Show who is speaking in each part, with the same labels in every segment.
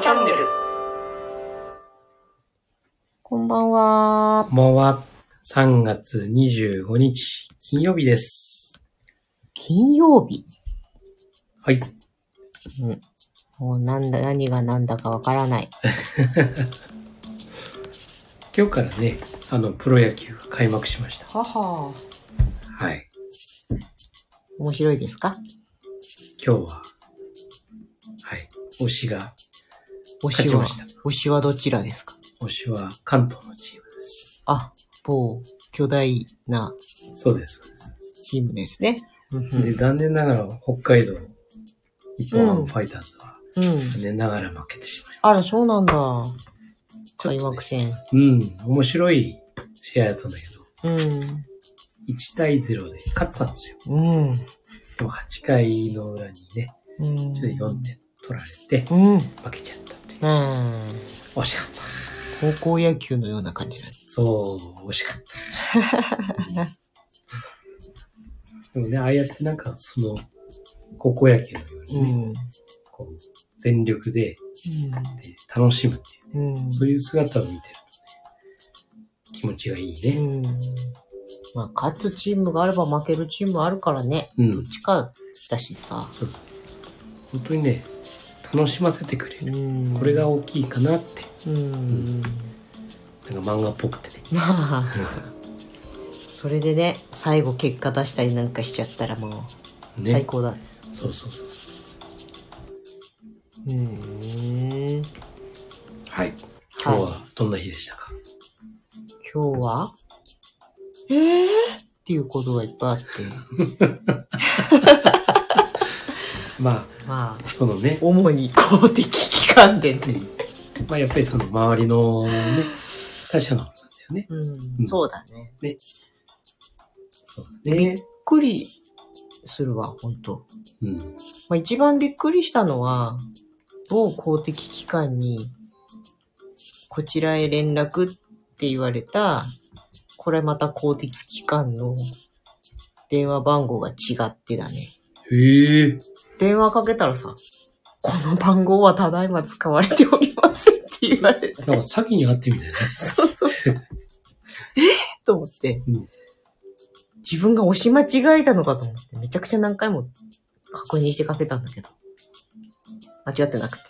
Speaker 1: チャンネル。
Speaker 2: こんばんは
Speaker 3: こ。んばんは。3月25日、金曜日です。
Speaker 2: 金曜日。
Speaker 3: はい。
Speaker 2: うん。もうなんだ、何が何だかわからない。
Speaker 3: 今日からね、あの、プロ野球が開幕しました。
Speaker 2: はは
Speaker 3: はい。
Speaker 2: 面白いですか
Speaker 3: 今日は、はい。推しが、
Speaker 2: 推し
Speaker 3: 勝ち
Speaker 2: は
Speaker 3: ました、
Speaker 2: 推しはどちらですか
Speaker 3: 推しは関東のチームです。
Speaker 2: あ、某巨大な
Speaker 3: そうです、そうです。
Speaker 2: チームですね。うん
Speaker 3: で、残念ながら北海道日本ハムファイターズは、
Speaker 2: うん。うん。
Speaker 3: 残念ながら負けてしまいま
Speaker 2: あら、そうなんだ。
Speaker 3: とね
Speaker 2: 開幕戦。
Speaker 3: した。うん、面白い試合だったんだけど、1対0で勝ってたんですよ。
Speaker 2: うん。うん。
Speaker 3: でも8回の裏にね、
Speaker 2: うん。
Speaker 3: ちょっと4点取られて、
Speaker 2: うん。
Speaker 3: 負けちゃったっていう。
Speaker 2: うん。
Speaker 3: 惜しかった。
Speaker 2: 高校野球のような感じだ。
Speaker 3: そう、惜しか った。でもね、ああやってなんかその、高校野球のようにね、
Speaker 2: ん。
Speaker 3: こう、全力でで楽しむっていう、
Speaker 2: うん。うん。
Speaker 3: そういう姿を見てるとね、気持ちがいいね。
Speaker 2: うん。まあ、勝つチームがあれば負けるチームもあるからね。
Speaker 3: うん。
Speaker 2: どっちかだしさ。
Speaker 3: そうそうそう。本当にね、楽しませてくれる。
Speaker 2: ん
Speaker 3: これが、大きいかなっ
Speaker 2: う
Speaker 3: て、
Speaker 2: ん。
Speaker 3: なんか漫画っぽくてね。
Speaker 2: まあ、 それでね、最後結果出したりなんかしちゃったらもう、
Speaker 3: ね。
Speaker 2: 最高だ。
Speaker 3: そうそうそうそう。
Speaker 2: うん。
Speaker 3: はい。今
Speaker 2: はい
Speaker 3: 日はどんな日でしたか、
Speaker 2: 今日はええっていうことがいっぱいあって。
Speaker 3: ま
Speaker 2: まあ、
Speaker 3: あ、そのね、
Speaker 2: 主に公的機関でね。
Speaker 3: まあやっぱりその周りのね、他者のなんだよね。
Speaker 2: うん。そうだね。
Speaker 3: そうだね。
Speaker 2: びっくりするわ、ほんと。
Speaker 3: うん。
Speaker 2: まあ、一番びっくりしたのは、某公的機関に、こちらへ連絡って言われた、これまた公的機関の電話番号が違ってだね。
Speaker 3: へえ。
Speaker 2: 電話かけたらさ、この番号はただいま使われておりませんって言われて、
Speaker 3: なんか先に会ってみた いな。
Speaker 2: そうそうそう。えと思って、
Speaker 3: うん
Speaker 2: 自分が押し間違えたのかと思って、めちゃくちゃ何回も確認してかけたんだけど、間違ってなくて。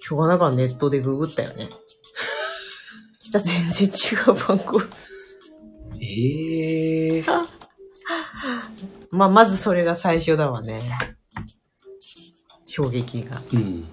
Speaker 2: しょうがないからネットでググったよね。したら全然違う番号。
Speaker 3: ええ。
Speaker 2: まあ、まずそれが最初だわね。衝撃が。
Speaker 3: うん。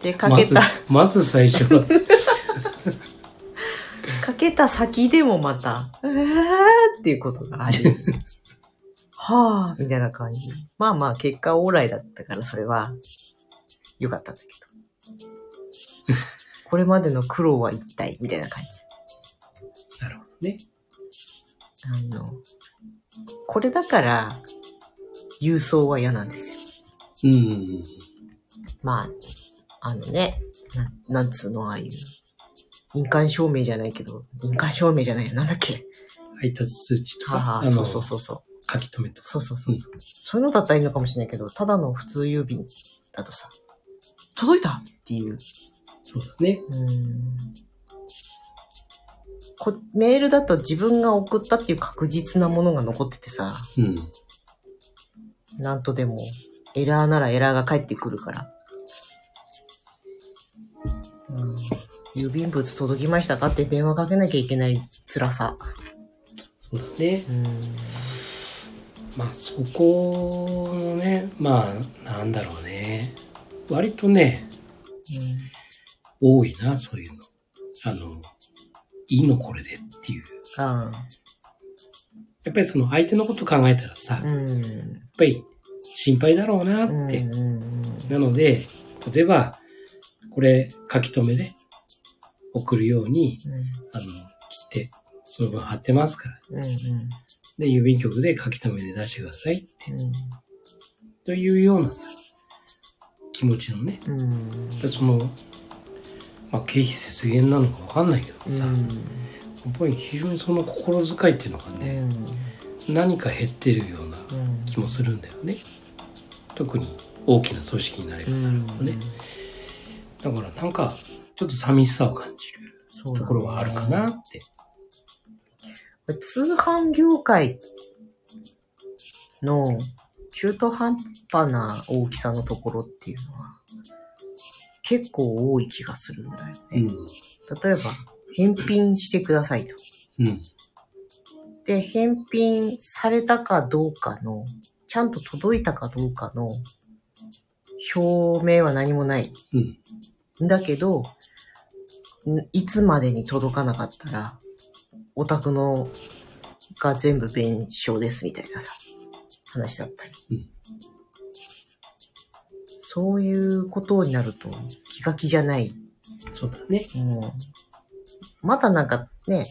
Speaker 2: で、かけた、
Speaker 3: まず、まず最初 は。
Speaker 2: かけた先でもまた、えーっていうことが あり、はぁ、みたいな感じ。まあまあ、結果オーライだったから、それは、良かったんだけど。これまでの苦労は一体、みたいな感
Speaker 3: なるほどね。
Speaker 2: じ。あの、これだから、郵送は嫌なんですよ。
Speaker 3: うん。
Speaker 2: まあ、あのね、ななんつうの、ああいう、印鑑証明じゃないけど、印鑑証明じゃない、なんだっけ。
Speaker 3: 配達数値と
Speaker 2: は
Speaker 3: か、
Speaker 2: は
Speaker 3: あ
Speaker 2: そ
Speaker 3: の、
Speaker 2: うそ
Speaker 3: 書
Speaker 2: うそうそう。
Speaker 3: き留めとか。
Speaker 2: そうそうそうそう。そういうのだったらいいのかもしれないけど、ただの普通郵便だとさ、届いたっていう。
Speaker 3: そうだね。
Speaker 2: うんこメールだと自分が送ったっていう確実なものが残っててさ、
Speaker 3: うん。
Speaker 2: なんとでもエラーならエラーが返ってくるから。うん、郵便物届きましたかって電話かけなきゃいけない辛さ。
Speaker 3: そうだね。
Speaker 2: うん。
Speaker 3: まあそこのね、まあなんだろうね。割とね、多いな、そういうの。あの、いいのこれでっていう。
Speaker 2: あ
Speaker 3: やっぱりその相手のこと考えたらさ、
Speaker 2: あ。う
Speaker 3: やっ
Speaker 2: ん。
Speaker 3: ぱり心配だろうな
Speaker 2: うん
Speaker 3: って。
Speaker 2: うん
Speaker 3: なので、例えば、これ書き留めで送るように、あの、切って、その分貼ってますから。
Speaker 2: うん。うん。うん
Speaker 3: で、郵便局で書き留めで出してください。
Speaker 2: う
Speaker 3: というようなさ、気持ちのね。
Speaker 2: ん。うん。
Speaker 3: でその、まあ、経費節減なのかわかんないけどさ、
Speaker 2: うん
Speaker 3: やっぱり非常にその心遣いっていうのが
Speaker 2: う
Speaker 3: ね、
Speaker 2: ん。
Speaker 3: 何か減ってるような
Speaker 2: うん
Speaker 3: 気もするんだよね。特に大きな組織になれば
Speaker 2: う
Speaker 3: なる
Speaker 2: ん
Speaker 3: ほどね。なんか、ちょっと寂しさを感じる
Speaker 2: そう
Speaker 3: ところはあるかなって。
Speaker 2: 通販業界の中途半端な大きさのところっていうのは結構多い気がするんだよ
Speaker 3: う
Speaker 2: ね。
Speaker 3: ん。
Speaker 2: 例えば、返品してくださいと。
Speaker 3: うん。
Speaker 2: で、返品されたかどうかの、ちゃんと届いたかどうかの証明は何もない。
Speaker 3: うん。
Speaker 2: んだけど、んいつまでに届かなかったら、お宅のが全部弁償ですみたいなさ、話だったり。
Speaker 3: うん
Speaker 2: そういうことになると気が気じゃない。
Speaker 3: そうだね。
Speaker 2: うん、まだなんかね、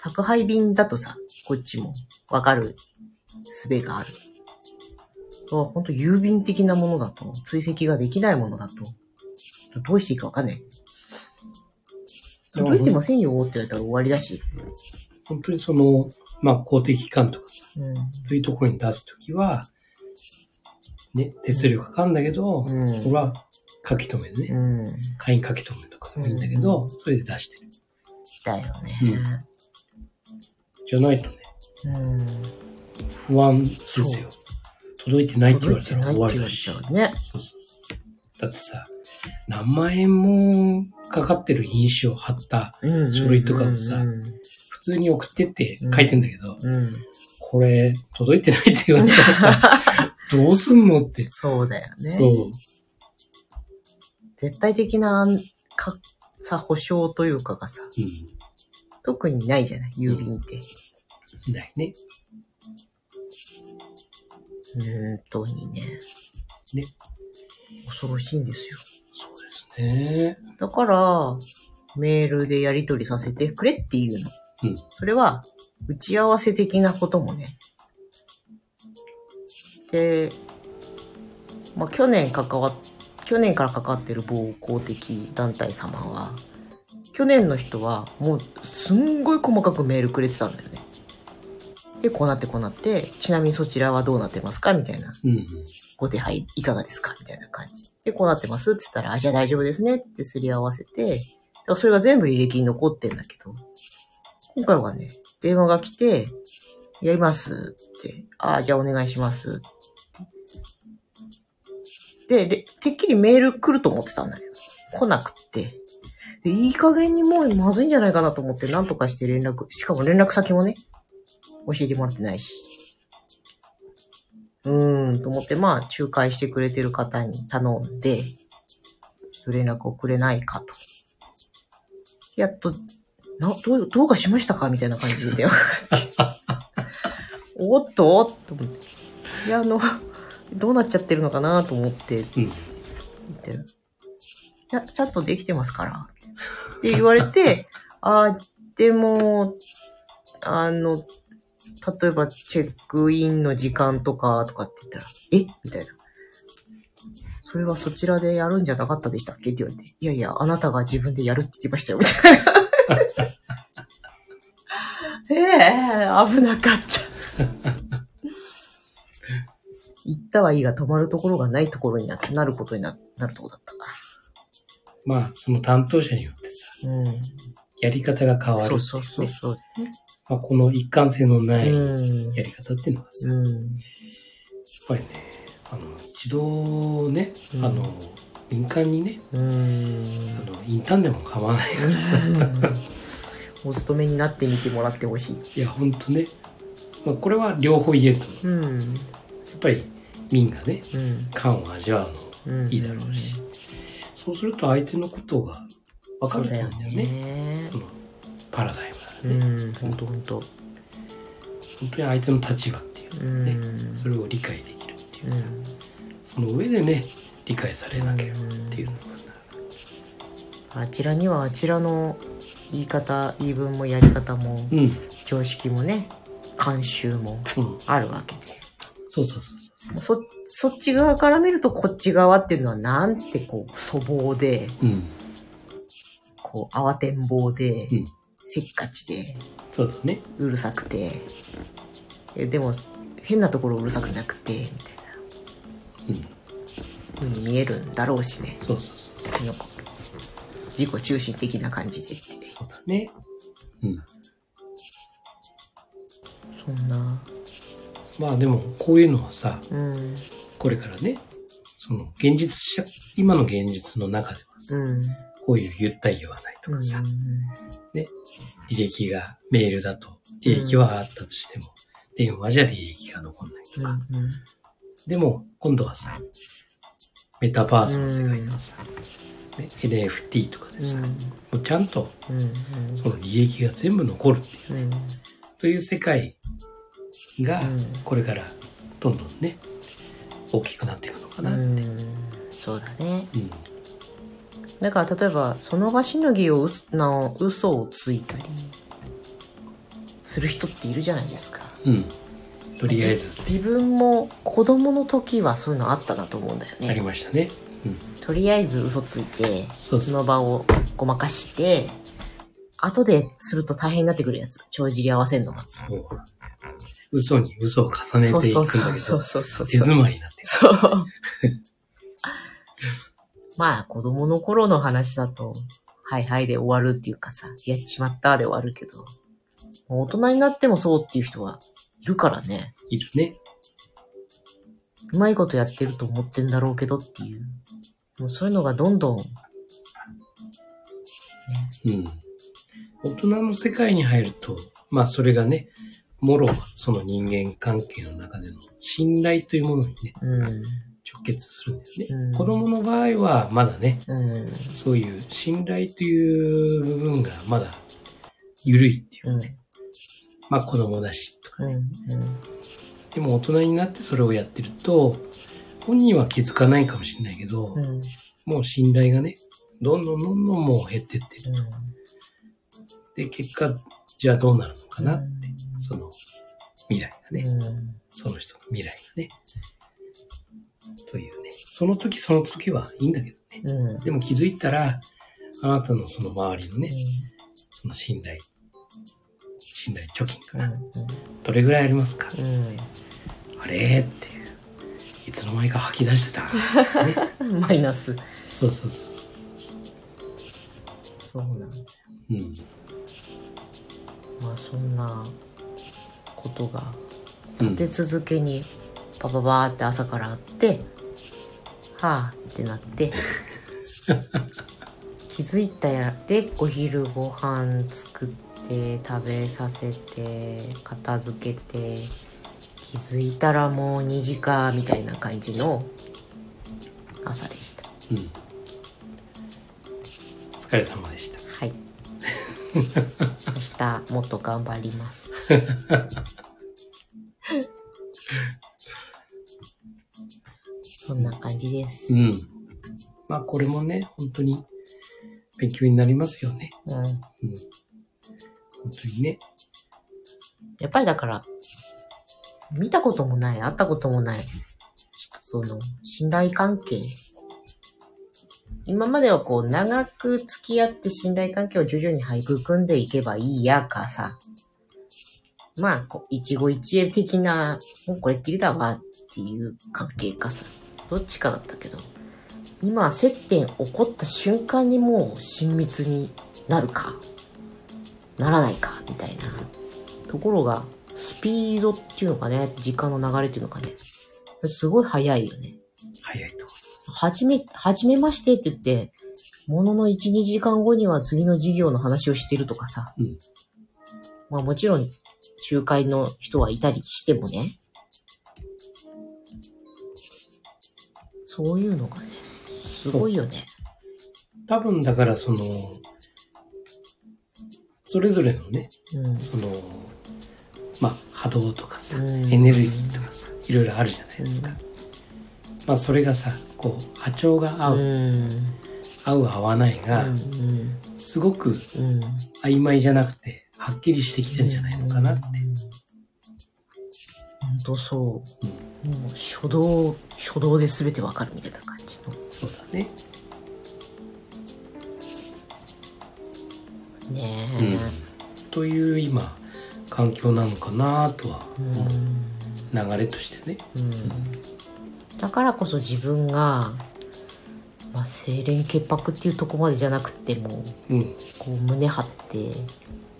Speaker 2: 宅配便だとさ、こっちもわかる術がある。あ本当郵便的なものだと、追跡ができないものだと、どうしていいかわかんない。届いてませんよって言われたら終わりだし。
Speaker 3: 本当にその、まあ、公的機関とか、
Speaker 2: うん。
Speaker 3: そういうところに出すときは、ね、手数料かかるんだけど、
Speaker 2: うん
Speaker 3: それは書き留めでね、
Speaker 2: うん。
Speaker 3: 会員書き留めとかでもいいんだけど、
Speaker 2: うん
Speaker 3: それで出してる。
Speaker 2: だよね。
Speaker 3: じゃないとね、
Speaker 2: うん。
Speaker 3: 不安ですよ。届いてないって言わ
Speaker 2: 届い
Speaker 3: れた
Speaker 2: て
Speaker 3: ら
Speaker 2: ないって
Speaker 3: 終
Speaker 2: 言
Speaker 3: わ
Speaker 2: わ
Speaker 3: りだ
Speaker 2: れ
Speaker 3: し。
Speaker 2: ちゃうね。
Speaker 3: そうそうだってさ、何万円もかかってる印紙を貼った、
Speaker 2: うん。
Speaker 3: 書類とかもさ
Speaker 2: うん。
Speaker 3: 普通に送ってって書いてんだけど、
Speaker 2: うん。
Speaker 3: これ届いてないって言われたら さ、どうすんのって。
Speaker 2: そうだよね。
Speaker 3: そう。
Speaker 2: 絶対的な安かさ保証というかがさ、
Speaker 3: う
Speaker 2: 特にないじゃない、郵便って。
Speaker 3: ん。ないね。
Speaker 2: 本当にね。
Speaker 3: ね。
Speaker 2: 恐ろしいんですよ。
Speaker 3: そうですね。
Speaker 2: だから、メールでやり取りさせてくれっていうの。
Speaker 3: うん
Speaker 2: それは、打ち合わせ的なこともね。で、まあ、去年関わっ、去年から関わってる暴行的団体様は、去年の人はもうすんごい細かくメールくれてたんだよね。で、こうなってこうなって、ちなみにそちらはどうなってますかみたいな。
Speaker 3: うん。
Speaker 2: ご手配いかがですかみたいな感じ。で、こうなってますって言ったら、あ、じゃあ大丈夫ですねってすり合わせて、だからそれが全部履歴に残ってんだけど、今回はね、電話が来て、やりますって、あ、じゃあお願いします。で、でてっきりメール来ると思ってたんだけど、来なくって。でいい加減にもうまずいんじゃないかなと思って、なんとかして連絡、しかも連絡先もね、教えてもらってないし。うーん、と思って、まあ、仲介してくれてる方に頼んで、ちょっと連絡をくれないかと。やっと、な、どう、どうかしましたかみたいな感じで電話 がかかって。おっとと思って。いや、あの、どうなっちゃってるのかなと思って、
Speaker 3: うん。
Speaker 2: みたいな。いや、ちゃんとできてますから。って言われて、あー、でも、あの、例えばチェックインの時間とか、とかって言ったら、えみたいな。それはそちらでやるんじゃなかったでしたっけって言われて、いやいや、あなたが自分でやるって言ってましたよ、みたいな。ええ危なかった。行ったはいいが止まるところがないところにななることにななるとこだった。
Speaker 3: まあ、その担当者によってさ、
Speaker 2: うん。
Speaker 3: やり方が変わる。
Speaker 2: そうそうそうそう。
Speaker 3: まあ、この一貫性のないや
Speaker 2: うん。
Speaker 3: り方っていうのはさ、やっ
Speaker 2: うん。
Speaker 3: ぱりね、あの、一度ね、
Speaker 2: うん
Speaker 3: あの、民間にね、
Speaker 2: うん。
Speaker 3: あの、インターンでも構わない。
Speaker 2: お勤めになってみてもらってほしい。
Speaker 3: いや、ほんとね。まあ、これは両方言えると思う。
Speaker 2: うん。うん。
Speaker 3: やっぱり、民がね、感を味わうの。
Speaker 2: うん。
Speaker 3: いいだろうし。そうすると相手のことが分か
Speaker 2: そう
Speaker 3: ると
Speaker 2: だ
Speaker 3: 思う
Speaker 2: よ
Speaker 3: んだよね。
Speaker 2: ね
Speaker 3: そ。のパラダイムだ
Speaker 2: う
Speaker 3: ね、
Speaker 2: ん。ほんとほんと。
Speaker 3: 本当に相手の立場っていうう、
Speaker 2: ん。う
Speaker 3: ね
Speaker 2: ん。
Speaker 3: それを理解できるっていうさ、その上でね理解されなければっていうのか
Speaker 2: あちらにはあちらの言い方、言い分もやり方も、
Speaker 3: なうんうん
Speaker 2: 常識もね、慣習もあるわけで。
Speaker 3: そうそうそうそ
Speaker 2: もうそそっち側から見るとこっち側っていうのはなんてこう粗暴で、
Speaker 3: ううん
Speaker 2: こう慌てんぼうで、
Speaker 3: うん
Speaker 2: せっかちで、
Speaker 3: そうだね
Speaker 2: うるさくて、えでも変なところうるさくなくて、みたいな。
Speaker 3: うん
Speaker 2: うに見えるんだろうしね。
Speaker 3: そうそうそうそう。
Speaker 2: なんか自己中心的な感じでって。
Speaker 3: そうだね。うん。
Speaker 2: そんな。
Speaker 3: まあでも、こういうのはさ、
Speaker 2: うん。
Speaker 3: これからね、その、現実社、今の現実の中ではさ、
Speaker 2: うん。
Speaker 3: こういう言ったり言わないとかさ、履歴がメールだと、履歴はあったとしても、電話じゃ履歴が残んないとか、
Speaker 2: うん
Speaker 3: でも、今度はさ、メタバースの世界ではさ、ね、NFT とかでさ、もうちゃんと
Speaker 2: うん
Speaker 3: その履歴が全部残るっていう、
Speaker 2: うん
Speaker 3: という世界が
Speaker 2: うん、
Speaker 3: これからどんどんね、大きくなっていくのかな。うん。
Speaker 2: うんそうだねだから例えばその場しのぎをうすの嘘をついたりする人っているじゃないですか
Speaker 3: うん。とりあえず、
Speaker 2: じ自分も子供の時はそういうのあったなと思うんだよ
Speaker 3: あり
Speaker 2: ね
Speaker 3: ましたね。うん。
Speaker 2: とりあえず嘘ついて
Speaker 3: そう
Speaker 2: そ
Speaker 3: そ
Speaker 2: の
Speaker 3: う。
Speaker 2: 場をごまかして後ですると大変になってくるやつ帳尻合わせるのが
Speaker 3: そう。嘘に嘘を重ねていくんだけ
Speaker 2: そ
Speaker 3: ど
Speaker 2: う、そうそうそうそう
Speaker 3: 手詰まりになってい
Speaker 2: そう。まあ、子供の頃の話だと、はいはいで終わるっていうかさ、やっちまったで終わるけど、もう大人になってもそうっていう人はいるからね。
Speaker 3: くいるね。
Speaker 2: うまいことやってると思ってんだろうけどっていう。もうそういうのがどんどん、ね、
Speaker 3: うん。大人の世界に入ると、まあそれがね、もろその人間関係の中での信頼というものにね、
Speaker 2: うん、
Speaker 3: 直結するんですね。
Speaker 2: うん
Speaker 3: 子供の場合はまだね、
Speaker 2: うん、
Speaker 3: そういう信頼という部分がまだ緩いっていう
Speaker 2: うん、
Speaker 3: かね、まあ子供だしとか。
Speaker 2: うん、
Speaker 3: でも大人になってそれをやってると、本人は気づかないかもしれないけど、
Speaker 2: うん、うん、
Speaker 3: もう信頼がね、どんどんどんどんもう減ってってる。で、結果、じゃあどうなるのかな、その未来がね。
Speaker 2: うん。
Speaker 3: その人の未来がね。というね。その時その時はいいんだけどね。
Speaker 2: うん。
Speaker 3: でも気づいたら、あなたのその周りのね、その信頼、信頼貯金か
Speaker 2: うん、う
Speaker 3: な。
Speaker 2: ん、
Speaker 3: どれぐらいありますか
Speaker 2: うん。
Speaker 3: あれっていう。いつの間にか吐き出して た。ね、
Speaker 2: マイナス。
Speaker 3: そうそうそ
Speaker 2: そうなんだ。
Speaker 3: う。うん。
Speaker 2: まあそんなことが
Speaker 3: うん、
Speaker 2: 立て続けにパパパーって朝からあって、はあってなって 気づいたやでお昼ご飯作って食べさせて片付けて気づいたらもう2時かみたいな感じの朝でした
Speaker 3: うん。お疲れ様でした。
Speaker 2: はい明日もっと頑張りますそんな感じです。
Speaker 3: うん。まあこれもね、本当に勉強になりますよね。
Speaker 2: うん。
Speaker 3: うん。本当にね。
Speaker 2: やっぱりだから、見たこともない、会ったこともない、その、信頼関係。今まではこう、長く付き合って信頼関係を徐々に育んでいけばいいやかさ。まあ、こう一期一会的な、もうこれっきりだわっていう関係かさ。どっちかだったけど、今は接点起こった瞬間にもう親密になるか、ならないか、みたいな。ところが、スピードっていうのかね、時間の流れっていうのかね、すごい早いよね。
Speaker 3: 早いと。
Speaker 2: はじめ、はじめましてって言って、ものの1、2時間後には次の事業の話をしてるとかさ。
Speaker 3: うん
Speaker 2: まあもちろん、仲介の人はいたりしてもね。そういうのがね、すごいよね。
Speaker 3: 多分だからその、それぞれのね、
Speaker 2: うん。
Speaker 3: その、まあ波動とかさ、
Speaker 2: うん
Speaker 3: エネルギーとかさ、いろいろあるじゃないですか。
Speaker 2: うん
Speaker 3: まあそれがさ、こう波長が合う、
Speaker 2: うん。
Speaker 3: 合う合わないうが、
Speaker 2: ん。
Speaker 3: すごく
Speaker 2: うん。
Speaker 3: 曖昧じゃなくて、はっきりしてきてんじゃないのかなって。
Speaker 2: ほんとそう、もう初動初動で全てわかるみたいな感じ
Speaker 3: そうだね。
Speaker 2: のね
Speaker 3: うんという今、環境なのかなとは
Speaker 2: え、う
Speaker 3: 思う。
Speaker 2: ん
Speaker 3: 流れとしてね。
Speaker 2: うん、だだからこそ自分が、まあ、清廉潔白っていうとこまでじゃなくても
Speaker 3: うん。
Speaker 2: こう胸張って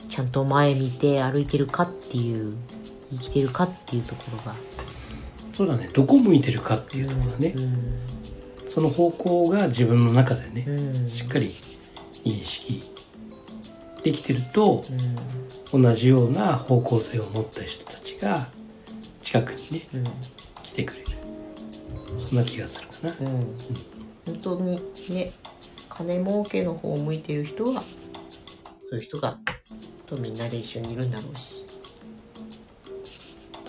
Speaker 2: ちゃんと前見て歩いてるかっていう生きてるかっていうところが
Speaker 3: そうだね。どこ向いてるかっていうところだね。その方向が自分の中で
Speaker 2: う
Speaker 3: ね、
Speaker 2: ん、うん、
Speaker 3: しっかり認識できてると、
Speaker 2: う
Speaker 3: 同じような方向性を持った人たちが近くにね、
Speaker 2: んうん
Speaker 3: 来てくれる。そんな気がするかな。
Speaker 2: うん、本当にね金儲けの方を向いてる人はそういう人がとみんなで一緒にいるんだろうし、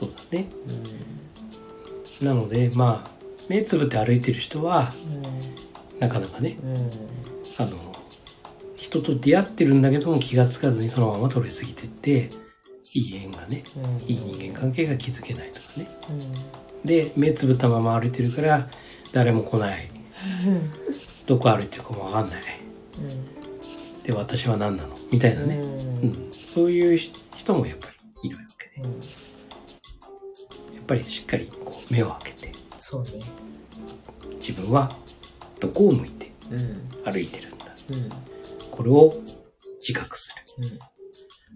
Speaker 3: そうだね。
Speaker 2: うん
Speaker 3: なので、まあ、目つぶって歩いてる人は、なかなかね、
Speaker 2: うんうん
Speaker 3: あの人と出会ってるんだけども気が付かずにそのまま取り過ぎてっていい縁がね
Speaker 2: うん、
Speaker 3: いい人間関係が築けないとかね
Speaker 2: う
Speaker 3: で目つぶったまま歩いてるから誰も来ない
Speaker 2: ん、うん
Speaker 3: どこ歩いてるかも分かんないで私は何なのみたいなね、
Speaker 2: う
Speaker 3: うんん、そういう人もやっぱりいるわけで
Speaker 2: うん
Speaker 3: やっぱりしっかりこう目を開けて
Speaker 2: そうね
Speaker 3: 自分はどこを向いて
Speaker 2: うん
Speaker 3: 歩いてるんだ
Speaker 2: うん
Speaker 3: これを自覚する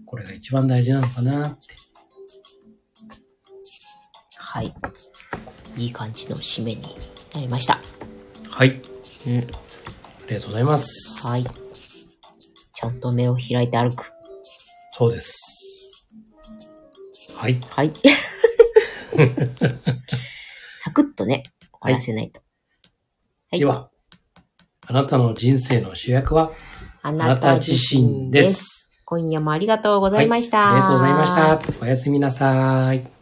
Speaker 2: うん
Speaker 3: これが一番大事なのかなって
Speaker 2: はいいい感じの締めになりました
Speaker 3: はい
Speaker 2: うん
Speaker 3: ありがとうございます
Speaker 2: はいちゃんと目を開いて歩く
Speaker 3: そうです。はい。
Speaker 2: はい サクッとね終わらせないとはい
Speaker 3: では、あなたの人生の主役は
Speaker 2: あ
Speaker 3: あなた自身です。
Speaker 2: 今夜もありがとうございました。
Speaker 3: はいありがとうございました。おやすみなさい。